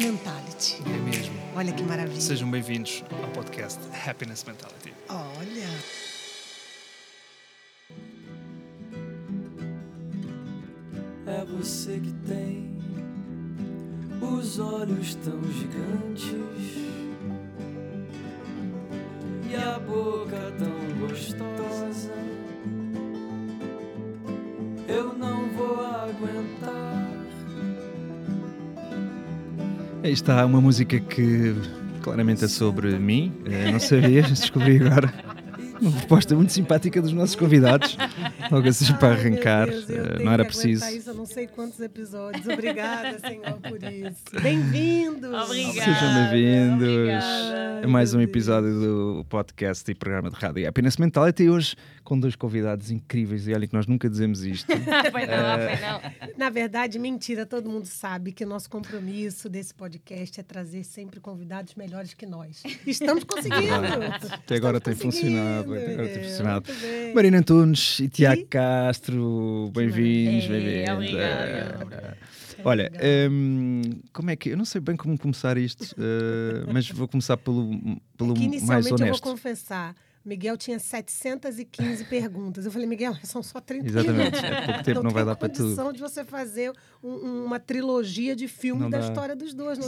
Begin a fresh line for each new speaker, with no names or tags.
Mentality.
É mesmo.
Olha que maravilha.
Sejam bem-vindos ao podcast Happiness Mentality.
Olha.
É você que tem os olhos tão gigantes e a boca tão gostosa. Eu não vou aguentar.
Aí está uma música que claramente é sobre mim. Eh, Não sabias, descobri agora. Uma proposta muito simpática dos nossos convidados. Logo assim para
Ai, meu
arrancar,
Deus, eu
eh,
tenho
não era
que
preciso.
aguentar Isso, eu não sei quantos episódios. Obrigada, Senhor, por isso. Bem-vindos.
Obrigada.
Sejam bem-vindos
obrigada.
a mais um
Ai, meu
episódio do podcast e programa de rádio Happiness Mentality. E hoje com dois convidados incríveis. E olhem que nós nunca dizemos isto.
Ah, foi não, foi não.
Na verdade, mentira, todo mundo sabe que o nosso compromisso desse podcast é trazer sempre convidados melhores que nós. Estamos conseguindo.
Até agora
Estamos
tem funcionado.
conseguindo,
Até agora tem
é,
funcionado.
muito bem.
Marina Antunes e Tiago
E?
Castro, bem-vindos,
É,
bem-vindos.
obrigada.
É. Olha, hum, como é que. Eu não sei bem como começar isto, eh, mas vou começar pelo, pelo
É que
mais
inicialmente eu vou
honesto.
confessar. Miguel tinha 715 perguntas. Eu falei, Miguel, são só 30
Exatamente, é pouco tempo, não vai
tem
dar para tudo.
condição de você fazer um- uma trilogia de filme
Não
da
dá.
história dos dois. Não